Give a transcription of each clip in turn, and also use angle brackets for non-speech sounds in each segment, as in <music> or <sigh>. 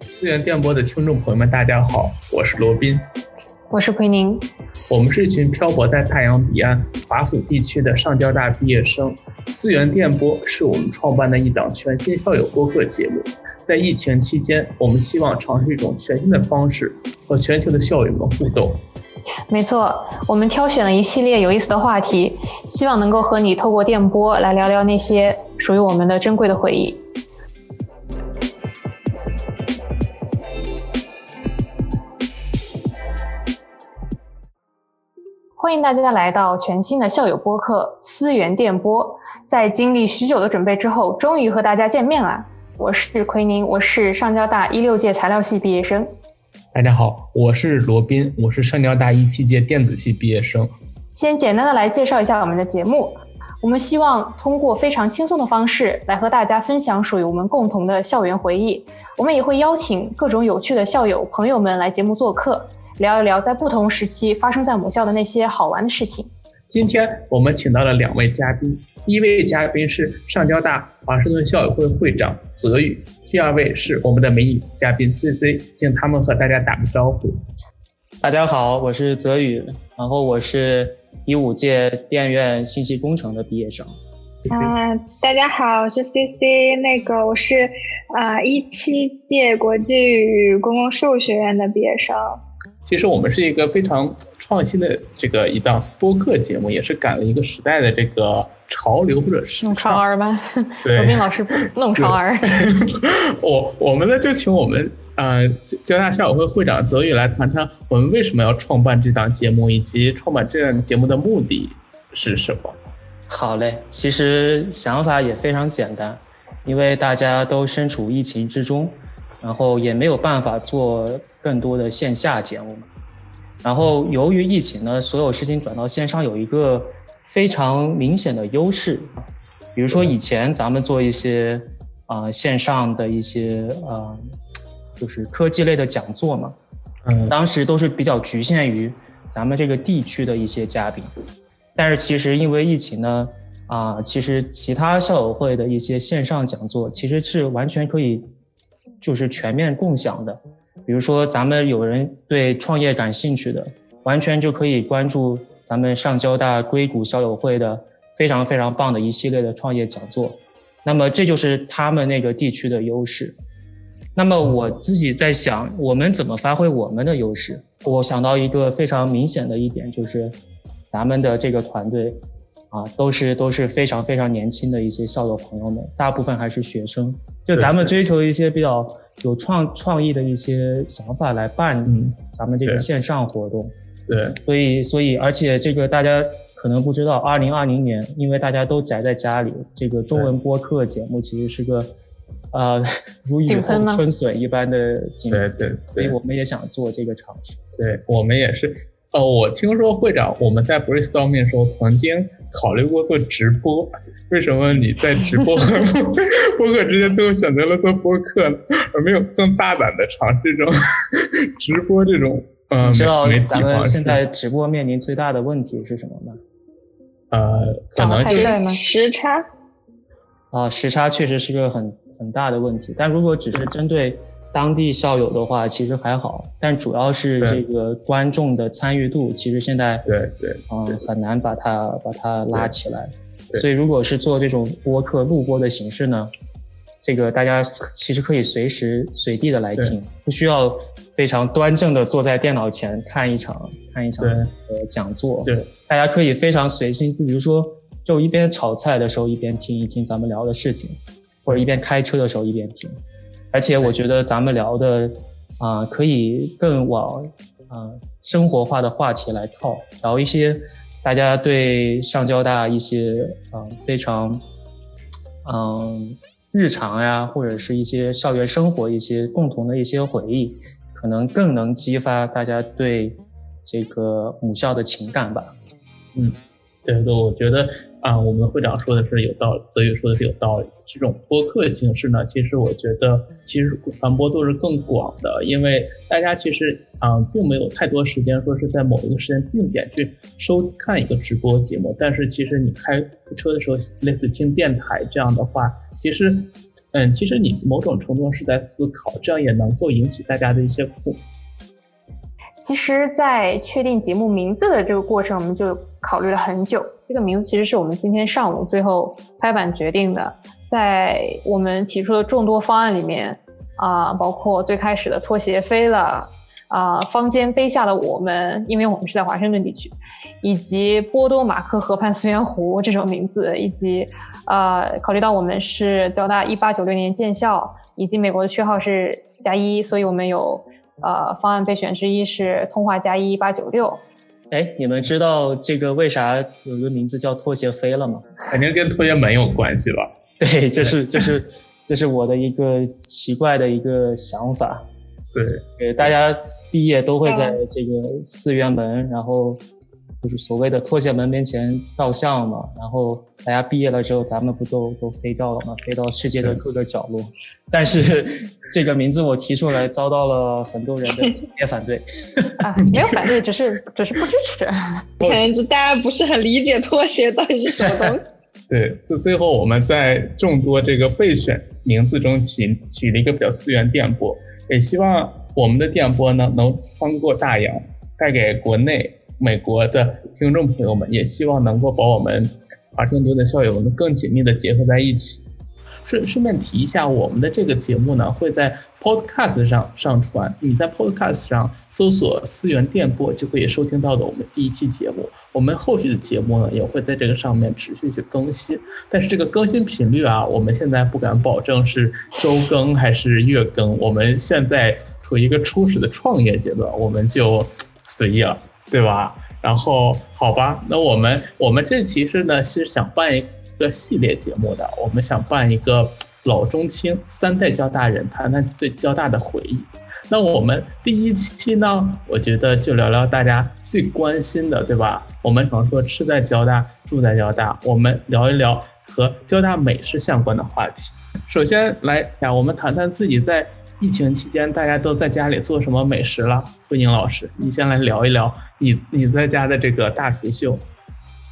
资源电波的听众朋友们，大家好，我是罗宾，我是奎宁，我们是一群漂泊在太阳彼岸华府地区的上交大毕业生。资源电波是我们创办的一档全新校友播客节目。在疫情期间，我们希望尝试一种全新的方式和全球的校友们互动。没错，我们挑选了一系列有意思的话题，希望能够和你透过电波来聊聊那些属于我们的珍贵的回忆。欢迎大家来到全新的校友播客《思源电波》。在经历许久的准备之后，终于和大家见面了。我是奎宁，我是上交大一六届材料系毕业生。大家好，我是罗宾，我是上交大一七届电子系毕业生。先简单的来介绍一下我们的节目。我们希望通过非常轻松的方式来和大家分享属于我们共同的校园回忆。我们也会邀请各种有趣的校友朋友们来节目做客，聊一聊在不同时期发生在母校的那些好玩的事情。今天我们请到了两位嘉宾，第一位嘉宾是上交大华盛顿校友会会长泽宇，第二位是我们的美女嘉宾 C C，请他们和大家打个招呼。大家好，我是泽宇，然后我是一五届电院信息工程的毕业生。啊、大家好，我是 CC，那个我是啊一七届国际与公共事务学院的毕业生。其实我们是一个非常创新的这个一档播客节目，也是赶了一个时代的这个潮流或者是弄潮儿吧，对罗斌老师不弄潮儿。 <laughs> 我我们呢就请我们呃交大校友会会长泽宇来谈谈我们为什么要创办这档节目，以及创办这档节目的目的是什么。好嘞，其实想法也非常简单，因为大家都身处疫情之中，然后也没有办法做更多的线下节目嘛。然后由于疫情呢，所有事情转到线上有一个非常明显的优势，比如说以前咱们做一些啊、呃线上的一些呃就是科技类的讲座嘛，嗯，当时都是比较局限于咱们这个地区的一些嘉宾，但是其实因为疫情呢，啊、其实其他校友会的一些线上讲座其实是完全可以就是全面共享的，比如说咱们有人对创业感兴趣的，完全就可以关注咱们上交大硅谷校友会的非常非常棒的一系列的创业讲座，那么这就是他们那个地区的优势。那么我自己在想，我们怎么发挥我们的优势？我想到一个非常明显的一点，就是咱们的这个团队啊，都是都是非常非常年轻的一些校友朋友们，大部分还是学生。就咱们追求一些比较有创创意的一些想法来办嗯咱们这个对线上活动。对，所以，所以，而且这个大家可能不知道，二零二零年，因为大家都宅在家里，这个中文播客节目其实是个，呃，如雨井后喷吗春笋一般的景对喷，对嗯所以对我们也想做这个尝试。对，我们也是。呃，我听说会长我们在 brainstorming 的时候曾经考虑过做直播，为什么你在直播和 <laughs> 播客之间最后选择了做播客，而没有更大胆的尝试这种 <laughs> 直播这种？呃，你知道媒体咱们方式现在直播面临最大的问题是什么吗？呃，可长得能太就对是帅吗时差，啊，时差确实是个很很大的问题。但如果只是针对当地校友的话，其实还好。但主要是对这个观众的参与度，其实现在对对嗯，很难把它把它拉起来。对所以，如果是做这种播客录播的形式呢，这个大家其实可以随时随地的来听，不需要非常端正的坐在电脑前看一场看一场对呃讲座。对，大家可以非常随心，比如说就一边炒菜的时候一边听一听咱们聊的事情，或者一边开车的时候一边听。而且我觉得咱们聊的啊、可以更往啊、生活化的话题来靠，聊一些大家对上交大一些啊、非常嗯、日常呀，或者是一些校园生活一些共同的一些回忆，可能更能激发大家对这个母校的情感吧。对对，我觉得啊，我们会长说的是有道理，泽宇说的是有道理。这种播客形式呢，其实我觉得其实传播度是更广的，因为大家其实啊，并没有太多时间说是在某一个时间定点去收看一个直播节目，但是其实你开车的时候，类似听电台这样的话，其实。嗯，其实你某种程度是在思考，这样也能够引起大家的一些互其实，在确定节目名字的这个过程，我们就考虑了很久。这个名字其实是我们今天上午最后拍板决定的。在我们提出的众多方案里面，啊、包括最开始的拖鞋飞了，啊、方尖碑下的我们，因为我们是在华盛顿地区，以及波多马克河畔思源湖 <laughs> 这种名字，以及呃，考虑到我们是交大一八九六年建校，以及美国的区号是加一，所以我们有呃方案备选之一是通话加一八九六。哎，你们知道这个为啥有一个名字叫拖鞋飞了吗？ <laughs> 肯定跟拖延门有关系吧？对，这是这是这是我的一个奇怪的一个想法。对，对，大家毕业都会在这个四元门，然后就是所谓的拖鞋门面前照相嘛。然后大家毕业了之后，咱们不都都飞到了吗？飞到世界的各个角落。但是 <laughs> 这个名字我提出来，遭到了很多人的强烈反对。啊，没有反对，只是只是不支持。可能就大家不是很理解拖鞋到底是什么东西。对，就最后我们在众多这个备选名字中起起了一个比较四元电波，也希望我们的电波呢能穿过大洋，带给国内美国的听众朋友们，也希望能够把我们华盛顿的校友们更紧密的结合在一起。顺顺便提一下，我们的这个节目呢会在 Podcast 上上传，你在 Podcast 上搜索“思源电波”就可以收听到的我们第一期节目。我们后续的节目呢也会在这个上面持续去更新，但是这个更新频率啊，我们现在不敢保证是周更还是月更，我们现在处于一个初始的创业阶段，我们就随意了，对吧？然后好吧，那我们我们这其实呢是想办一个系列节目的，我们想办一个老中青三代交大人谈谈对交大的回忆。那我们第一期呢，我觉得就聊聊大家最关心的，对吧？我们常说吃在交大，住在交大，我们聊一聊和交大美食相关的话题。首先来呀，我们谈谈自己在疫情期间大家都在家里做什么美食了。慧宁老师，你先来聊一聊你你在家的这个大厨秀。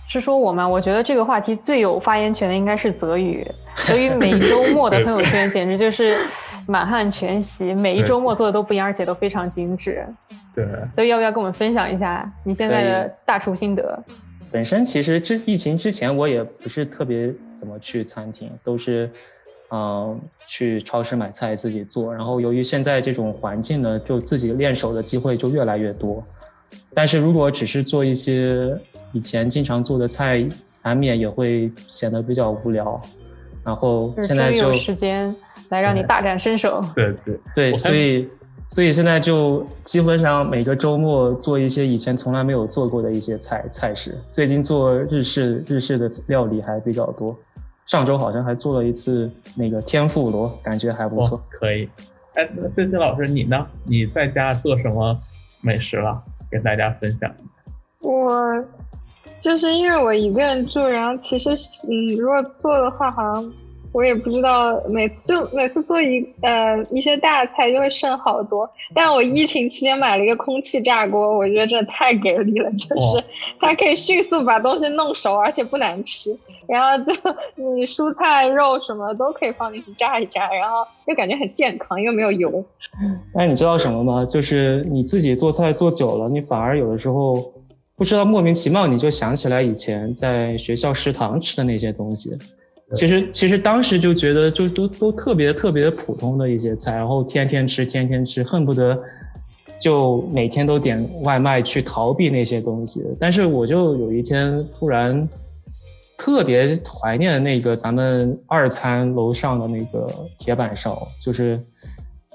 是说我吗？我觉得这个话题最有发言权的应该是泽宇。泽宇每周末的朋友圈简直就是满汉全席，每一周末做的都不一样，而且都非常精致。对，所以要不要跟我们分享一下你现在的大厨心得？本身其实之疫情之前，我也不是特别怎么去餐厅，都是嗯、呃去超市买菜自己做。然后由于现在这种环境呢，就自己练手的机会就越来越多。但是如果只是做一些以前经常做的菜，难免也会显得比较无聊。然后就是现终在于就有时间来让你对大展身手。对对。对，我看所以所以现在就基本上每个周末做一些以前从来没有做过的一些菜菜式。最近做日式日式的料理还比较多，上周好像还做了一次那个天妇罗，感觉还不错哦。，可以。哎，那 C C 老师，你呢？你在家做什么美食了？跟大家分享。我就是因为我一个人住，然后其实是嗯，如果做的话，好像我也不知道，每次就每次做一呃一些大菜就会剩好多。但我疫情期间买了一个空气炸锅，我觉得真的太给力了，就是哇它可以迅速把东西弄熟，而且不难吃。然后就 <laughs> 你蔬菜、肉什么都可以放进去炸一炸，然后就感觉很健康，因为没有油。哎，你知道什么吗？就是你自己做菜做久了，你反而有的时候不知道莫名其妙你就想起来以前在学校食堂吃的那些东西。其实其实当时就觉得就都都特别特别普通的一些菜，然后天天吃天天吃，恨不得就每天都点外卖去逃避那些东西。但是我就有一天突然特别怀念那个咱们二餐楼上的那个铁板烧，就是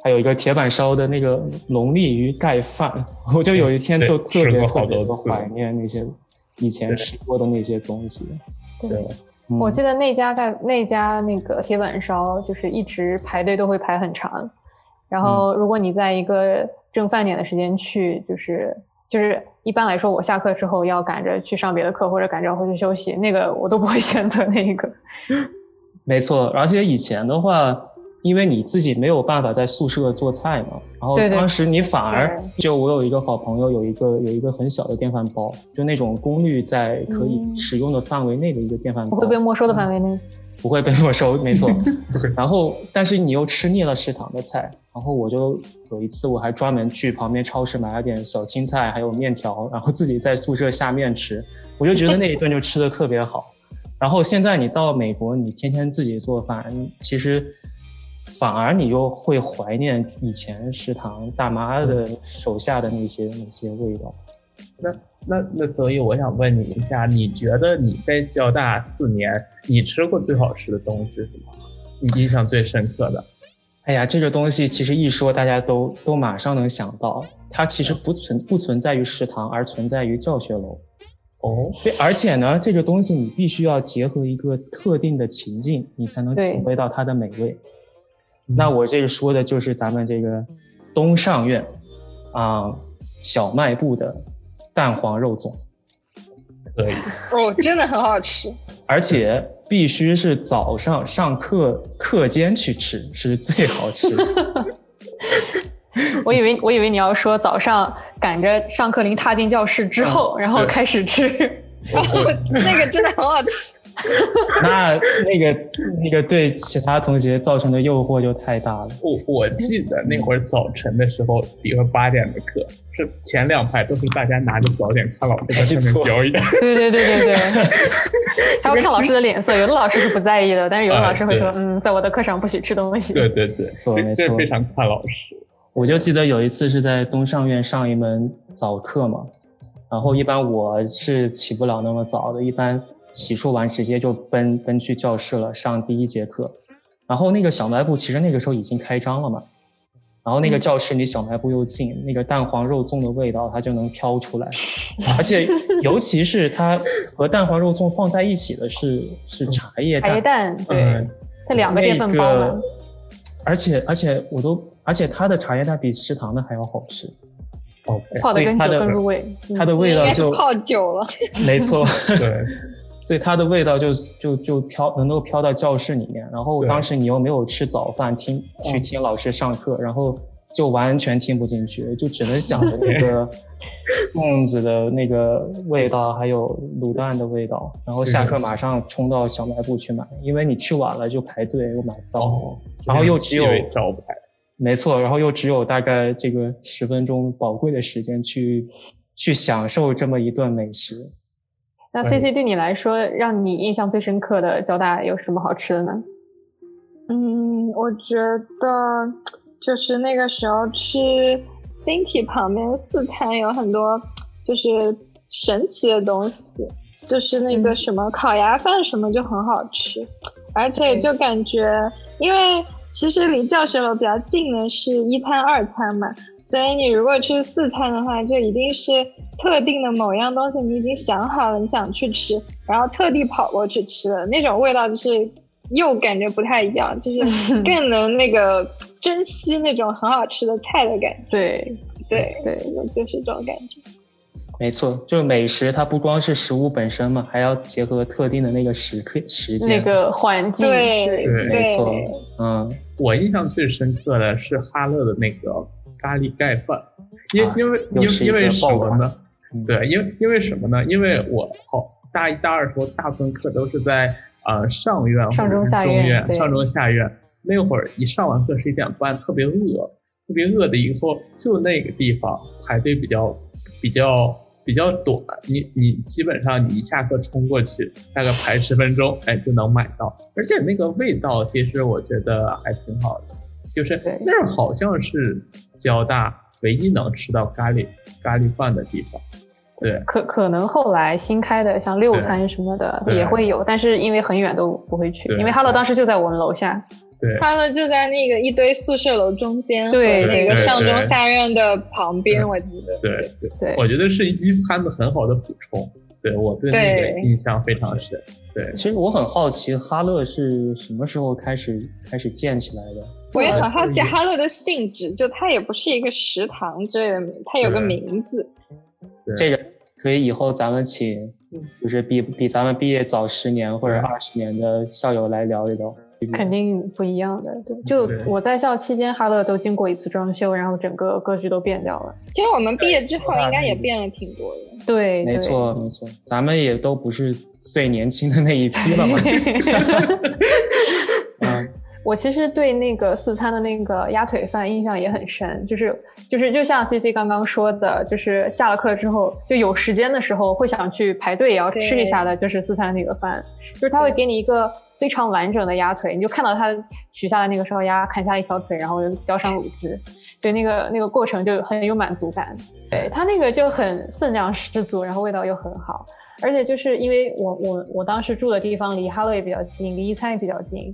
还有一个铁板烧的那个龙利鱼盖饭， <laughs> 我就有一天对就特吃别过特好别多的次怀念那些以前对吃过的那些东西。对，嗯我记得那家盖那家那个铁板烧，就是一直排队都会嗯排很长。然后，如果你在一个正饭点的时间去，就是就是一般来说，我下课之后要赶着去上别的课，或者赶着回去休息，那个我都不会 <laughs> 选择那一个。没错，而且以前的话，因为你自己没有办法在宿舍做菜嘛，然后对对当时你反而对就我有一个好朋友有一个有一个很小的电饭煲，就那种功率在可以嗯使用的范围内的一个电饭不煲，会被没收的范围内。不会被没收，没错。然后，但是你又吃腻了食堂的菜，然后我就呃有一次我还专门去旁边超市买了点小青菜，还有面条，然后自己在宿舍下面吃，我就觉得那一顿就吃的特别好。然后现在你到美国，你天天自己做饭，其实反而你又会怀念以前食堂大妈的手下的那些那些味道。那那所以我想问你一下，你觉得你在交大四年，你吃过最好吃的东西是什么？你印象最深刻的？哎呀，这个东西其实一说，大家都都马上能想到，它其实不存不存在于食堂，而存在于教学楼。哦，对，而且呢，这个东西你必须要结合一个特定的情境，你才能对体会到它的美味。那我这个说的就是咱们这个东上院啊、小卖部的蛋黄肉粽，可以，哦，真的很好吃。而且必须是早上上课课间去吃，是最好吃的。嗯我以为我以为你要说早上赶着上课铃踏进教室嗯之后，然后对开始吃。我 <laughs> 我那个真的很好吃。那那个那个对其他同学造成的诱惑就太大了。我我记得那会儿早晨的时候，比如八点的课，是前两排都是大家拿着表演看老师在上没错面表演，对对对 <laughs> 对对，还要看老师的脸色，有的老师是不在意的，但是有的老师会说，哎嗯，在我的课上不许吃东西。对对对，错这没这错非常看老师。我就记得有一次是在东上院上一门早课嘛，然后一般我是起不了那么早的，一般洗漱完直接就奔奔去教室了，上第一节课。然后那个小卖部其实那个时候已经开张了嘛，然后那个教室离小卖部又近，那个蛋黄肉粽的味道它就能飘出来，而且尤其是它和蛋黄肉粽放在一起的是是茶叶茶叶蛋，蛋，哎对，嗯，这两个电饭煲那嘛个，而且而且我都而且它的茶叶蛋比食堂的还要好吃。 <laughs> 哦，对泡的跟对它酒的更入味。嗯它的味应道该是就泡久了，没错，对，所以它的味道就就就飘能够飘到教室里面。然后对当时你又没有吃早饭，听去嗯听老师上课，然后就完全听不进去，就只能想着那 <laughs> 个粽子的那个味道，还有卤蛋的味道。然后下对课马上冲到小卖部去买，因为你去晚了就排队又买不到。哦，然后又只有这样气味招牌，没错，然后又只有大概这个十分钟宝贵的时间去去享受这么一顿美食。那对 C C 对你来说，让你印象最深刻的交大有什么好吃的呢？嗯，我觉得就是那个时候吃晶体旁边的四摊有很多就是神奇的东西，就是那个什么烤鸭饭什么就很好吃，而且就感觉因为其实离教学楼比较近的是一餐二餐嘛，所以你如果去四餐的话，就一定是特定的某样东西，你已经想好了你想去吃，然后特地跑过去吃了，那种味道就是又感觉不太一样，就是 <laughs> 更能那个珍惜那种很好吃的菜的感觉。对对，嗯对，就是这种感觉。没错，就是美食，它不光是食物本身嘛，还要结合特定的那个时刻时那间。，个环境，嗯对对没对错，嗯，我印象最深刻的是哈勒的那个咖喱盖饭，因、啊因为又因是一因个为什爆么款呢？嗯对，因为因为什么呢？因为我好大一大二的时候，大部分课都是在呃上院或上者中是下中院院、对上中下院。那会儿一上完课十一点半，特别饿，特别饿了以后，就那个地方排队比较比较比较短，你你基本上你一下课冲过去，大概排十分钟，哎就能买到，而且那个味道其实我觉得还挺好的，就是对那儿好像是交大唯一能吃到咖喱咖喱饭的地方，对。可可能后来新开的像六对餐什么的对也会有，但是因为很远都不会去，对因为哈喽当时就在我们楼下。对，他们就在那个一堆宿舍楼中间，对那对个上对中下院的旁边，嗯我记得。对对对我觉得是一餐的很好的补充。对我对那个对印象非常深。对，其实我很好奇，哈勒是什么时候开始开始建起来的？我也很好奇嗯哈勒的性质，就它也不是一个食堂之类的，它有个名字，对这个可以以后咱们请嗯，就是比比咱们毕业早十年或者二十年的校友来聊一聊。肯定不一样的。对，就对我在校期间，哈勒都经过一次装修，然后整个格局都变掉了。其实我们毕业之后对应该也变了挺多的。对，没对。 <laughs> 错，没错，咱们也都不是最年轻的那一批 <laughs> 了嘛。嗯，我其实对那个四川的那个鸭腿饭印象也很深，就是就是就像 C C 刚刚说的，就是下了课之后，就有时间的时候会想去排队也要对吃一下的，就是四川那个饭，就是他会给你一个非常完整的鸭腿，你就看到他取下来那个烧鸭，砍下一条腿，然后又浇上卤汁，对那个那个过程就很有满足感。对他那个就很分量十足，然后味道又很好，而且就是因为我我我当时住的地方离哈勒也比较近，离一餐也比较近，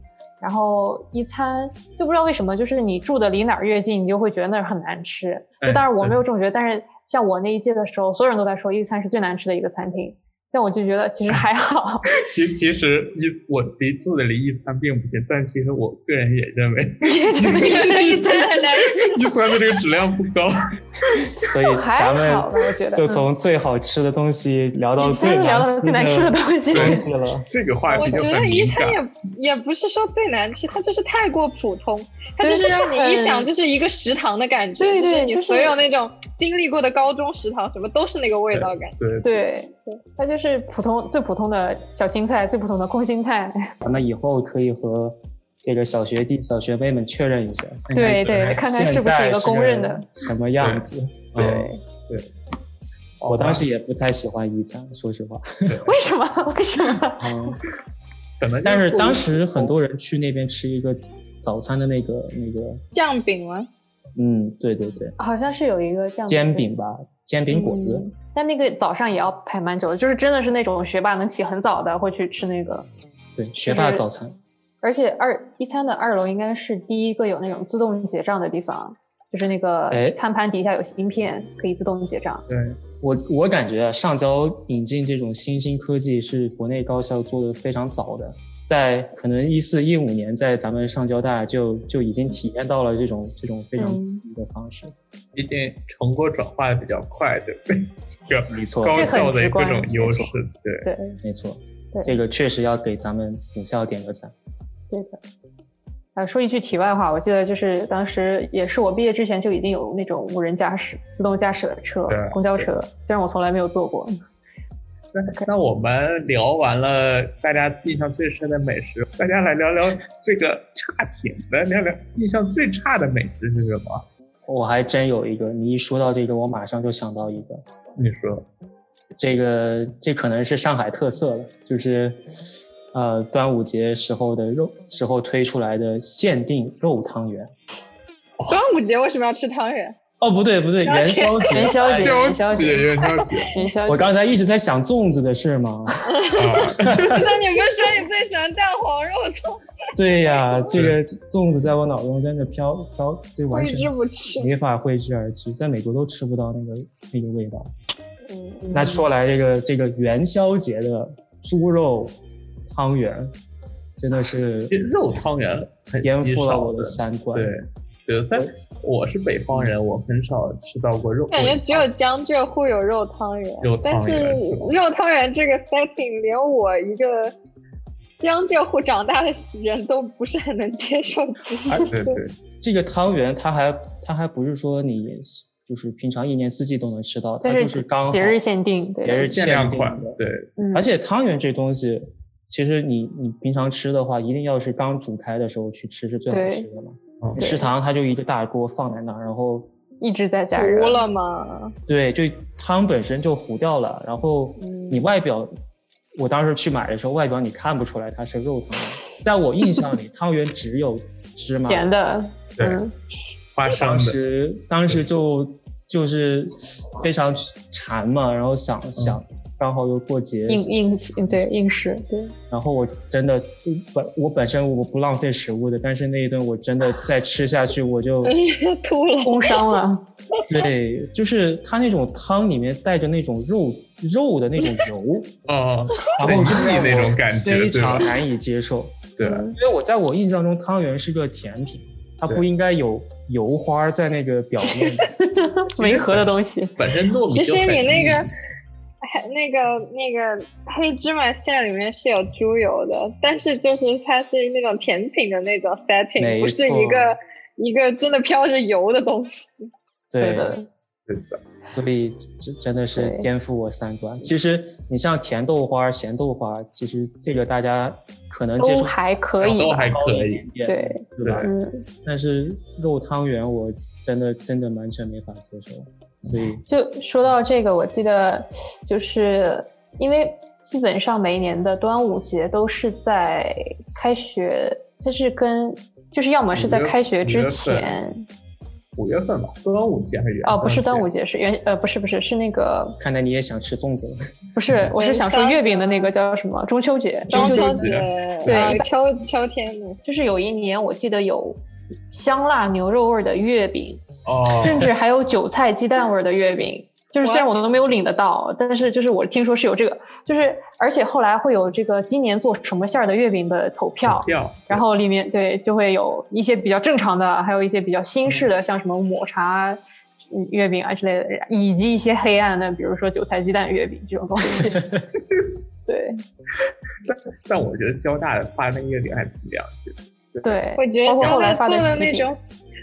然后一餐就不知道为什么，就是你住的离哪儿越近，你就会觉得那儿很难吃。哎就当然我对没有这种觉得，但是像我那一届的时候，所有人都在说一餐是最难吃的一个餐厅，但我就觉得其实还好。 <laughs> 其其实一我离住的离一餐并不近，但其实我个人也认为一餐很难吃，一餐的这个质量不高。所以就还咱好们吧，我觉得。就嗯从最好吃的东西聊到一最餐聊到最难吃的东西，东西了。这个话我题觉就得很一敏餐感。也也不是说最难吃，它就是太过普通，它对就是让你一就是想很就是一个食堂的感觉，对就是对你就是所有那种经历过的高中食堂什么都是那个味道感。对，对，它就是普通最普通的小青菜，最普通的空心菜。那以后可以和这个小学弟、小学妹们确认一下，看看对对，看看是不是一个公认的 <laughs> 现。在是什么样子。对嗯对，我当时也不太喜欢一餐，说实话。为什么？为什么？ <laughs> 嗯，可能但是就当时很多人去那边吃一个早餐的那个那个，酱饼吗？嗯，对对对，好像是有一个这样的煎饼吧，煎饼果子。嗯但那个早上也要排蛮久的，就是真的是那种学霸能起很早的会去吃那个，对，学霸就是早餐。而且二一餐的二楼应该是第一个有那种自动结账的地方，就是那哎个餐盘底下有芯片可以自动结账。对我我感觉啊，上交引进这种新兴科技是国内高校做的非常早的，在可能一四一五年，在咱们上交大就就已经体验到了这种这种非常嗯的方式。毕竟成果转化的比较快，对不对？这个没错，高这很校的直各观种优势没，对，对没错，对这个确实要给咱们母校点个赞。对的。啊，说一句题外话，我记得就是当时也是我毕业之前就已经有那种无人驾驶、自动驾驶的车对，公交车，虽然我从来没有坐过。那 <laughs> 那我们聊完了大家印象最深的美食，大家来聊聊这个差评的，聊聊印象最差的美食是什么？我还真有一个，你一说到这个，我马上就想到一个，你说这个这可能是上海特色了，就是呃端午节时候的肉时候推出来的限定肉汤圆。端午节为什么要吃汤 <laughs> 圆？哦，不对不对，元宵节，哎元宵节，元宵姐节，元宵节元宵节，我刚才一直在想粽子的事嘛。啊，不是你不是说你最喜欢蛋黄肉粽， <laughs> 对呀，这个粽子在我脑中真的飘飘，就我完一直全不吃。没法挥之而去，在美国都吃不到那个那个味道。嗯，那说来这个这个元宵节的猪肉汤圆，真的是这肉汤圆很颠稀覆了少我的的三观。对，对，但我是北方人，我很少吃到过肉。感觉只有江浙沪有肉汤圆，肉汤圆但是是吧肉汤圆这个 setting 连我一个江浙沪长大的人都不是很能接受。 <laughs> 哎对对， <laughs> 这个汤圆它还它还不是说你就是平常一年四季都能吃到，它但就是刚好节日限定，对，节日限量款限定的，对嗯而且汤圆这东西，其实你你平常吃的话，一定要是刚煮开的时候去吃是最好对吃的嘛。嗯食堂它就一个大锅放在那儿，然后一直在加热糊。了吗？对，就汤本身就糊掉了，然后嗯你外表，我当时去买的时候，外表你看不出来它是肉汤圆，在我印象里，汤圆只有芝麻。甜的，对嗯，花生当的，时当时就就是非常馋嘛，然后嗯想想，刚好又过节，应应对应试，对，然后我真的本我本身我不浪费食物的，但是那一顿我真的再吃下去，我哎就 <laughs> 吐了。工伤了，对，就是它那种汤里面带着那种肉肉的那种油，哦，然后就让那种我感觉，非对吧 <laughs> 常？难以接受。对，因为我在我印象中汤圆是个甜品，它不应该有油花在那个表面。违和的东西。本身糯米其就实很你那腻个，还那个那个黑芝麻馅里面是有猪油的，但是就是它是那种甜品的那种 setting，没不是一错个一个真的飘着油的东西。对的，对的所以这真的是对颠覆我三观。其实你像甜豆花、咸豆花，其实这个大家可能接都受还可以都吧。还可以，对，对吧？嗯，但是肉汤圆我真的真的完全没法接受，所以就说到这个，我记得就是因为基本上每一年的端午节都是在开学，就是跟就是要么是在五月开学五之月份前，五月份吧，端午节还是元哦，不是宵端午节，节，是元呃不是不是是那个看来你也想吃粽子了。不是，我是想说元宵月饼的那个叫什么中秋节，中中秋秋节节，对啊秋秋天的，就是有一年我记得有香辣牛肉味儿的月饼，甚哦，至还有韭菜鸡蛋味儿的月饼。就是虽然我都没有领得到，但是就是我听说是有这个，就是而且后来会有这个今年做什么馅儿的月饼的投票，票，然后里面对就会有一些比较正常的，还有一些比较新式的，像什么抹茶嗯月饼啊之类的，以及一些黑暗的，比如说韭菜鸡蛋月饼这种东 <laughs> 西。对但我觉得交大的发那个月饼还挺良心的，对，我觉得包括他后来们发做的喜那饼种。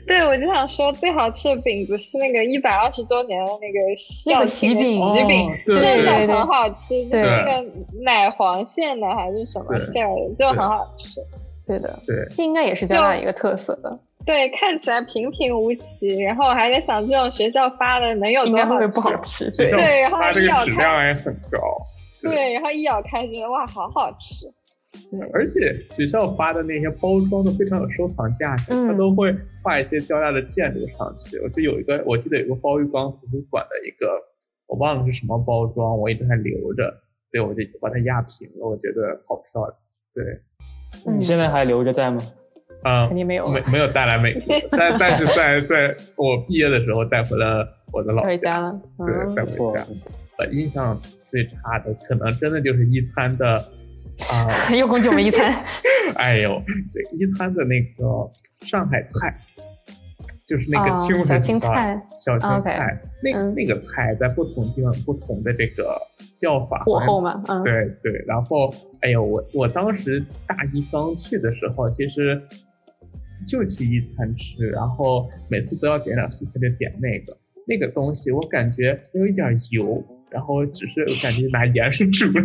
对，我就想说，最好吃的饼子是那个一百二十周年的那个那孝个庆喜的饼哦喜饼，对真的对对很好吃，就对是那个奶黄馅的还是什么对馅儿的，就很好吃。对的，对，这应该也是加拿大一个特色的，对，看起来平平无奇，然后我还在想这种学校发的能有应多该会不会吃不好吃？所以对这对种然后它这一咬个开质量也很高，对，然后一咬开觉得哇，好好吃。而且学校发的那些包装都非常有收藏价值，嗯它都会画一些交大的建筑上去。我就有一个，我记得有个包玉刚图书馆的一个，我忘了是什么包装，我一直还留着，所以我就把它压平了，我觉得好漂亮。对，嗯你现在还留着在吗？嗯肯，定没有啊没了，没有带来美国，但但是在在我毕业的时候带回了我的老回家，家了。对，嗯带不错回家不。错，呃，印象最差的可能真的就是一餐的，啊、 <laughs> 又攻击我们一餐，哎呦，对，一餐的那个上海菜，就是那个哦清小粉青小菜小青啊，OK，菜，那、嗯那个菜在不同地方有不同的这个叫法，火好像候嘛，嗯，对对，然后哎呦，我我当时大一刚去的时候，其实就去一餐吃，然后每次都要点点素菜，就点那个那个东西，我感觉没有一点油，然后只是我感觉拿盐是煮的，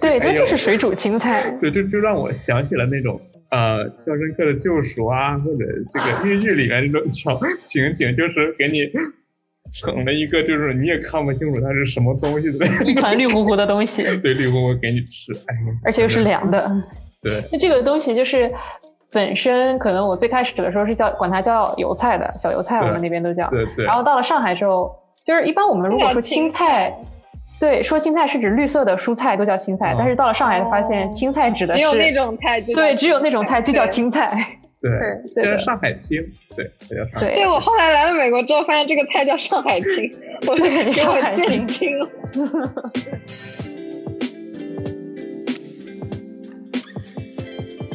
对，哎这呦就是水煮 <laughs> 青菜。对，就就让我想起了那种。呃，《肖申克的救赎》啊，或者这个《越狱》里面这种情情景，就是给你整了一个，就是你也看不清楚它是什么东西的， <laughs> 一团绿乎乎的东西，对，绿公公给你吃，哎呀，而且又是凉的。嗯对，那这个东西就是本身可能我最开始的时候是叫管它叫油菜的小油菜，对我们那边都叫。对对然，后到了上海之后，就是一般我们如果说青菜，对，说青菜是指绿色的蔬菜都叫青菜，嗯但是到了上海才发哦现青菜指的只是有那种菜就叫对，只有那种菜就叫青菜。对，对就对是的上海青，对，这叫上海。对，对我后来来了美国之后，发现这个菜叫上海青， <laughs> 我给对上海我青震惊了。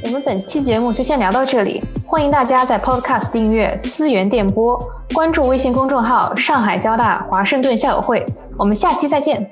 我们本期节目就先聊到这里，欢迎大家在 Podcast 订阅“思源电波”，关注微信公众号“上海交大华盛顿校友会”，我们下期再见，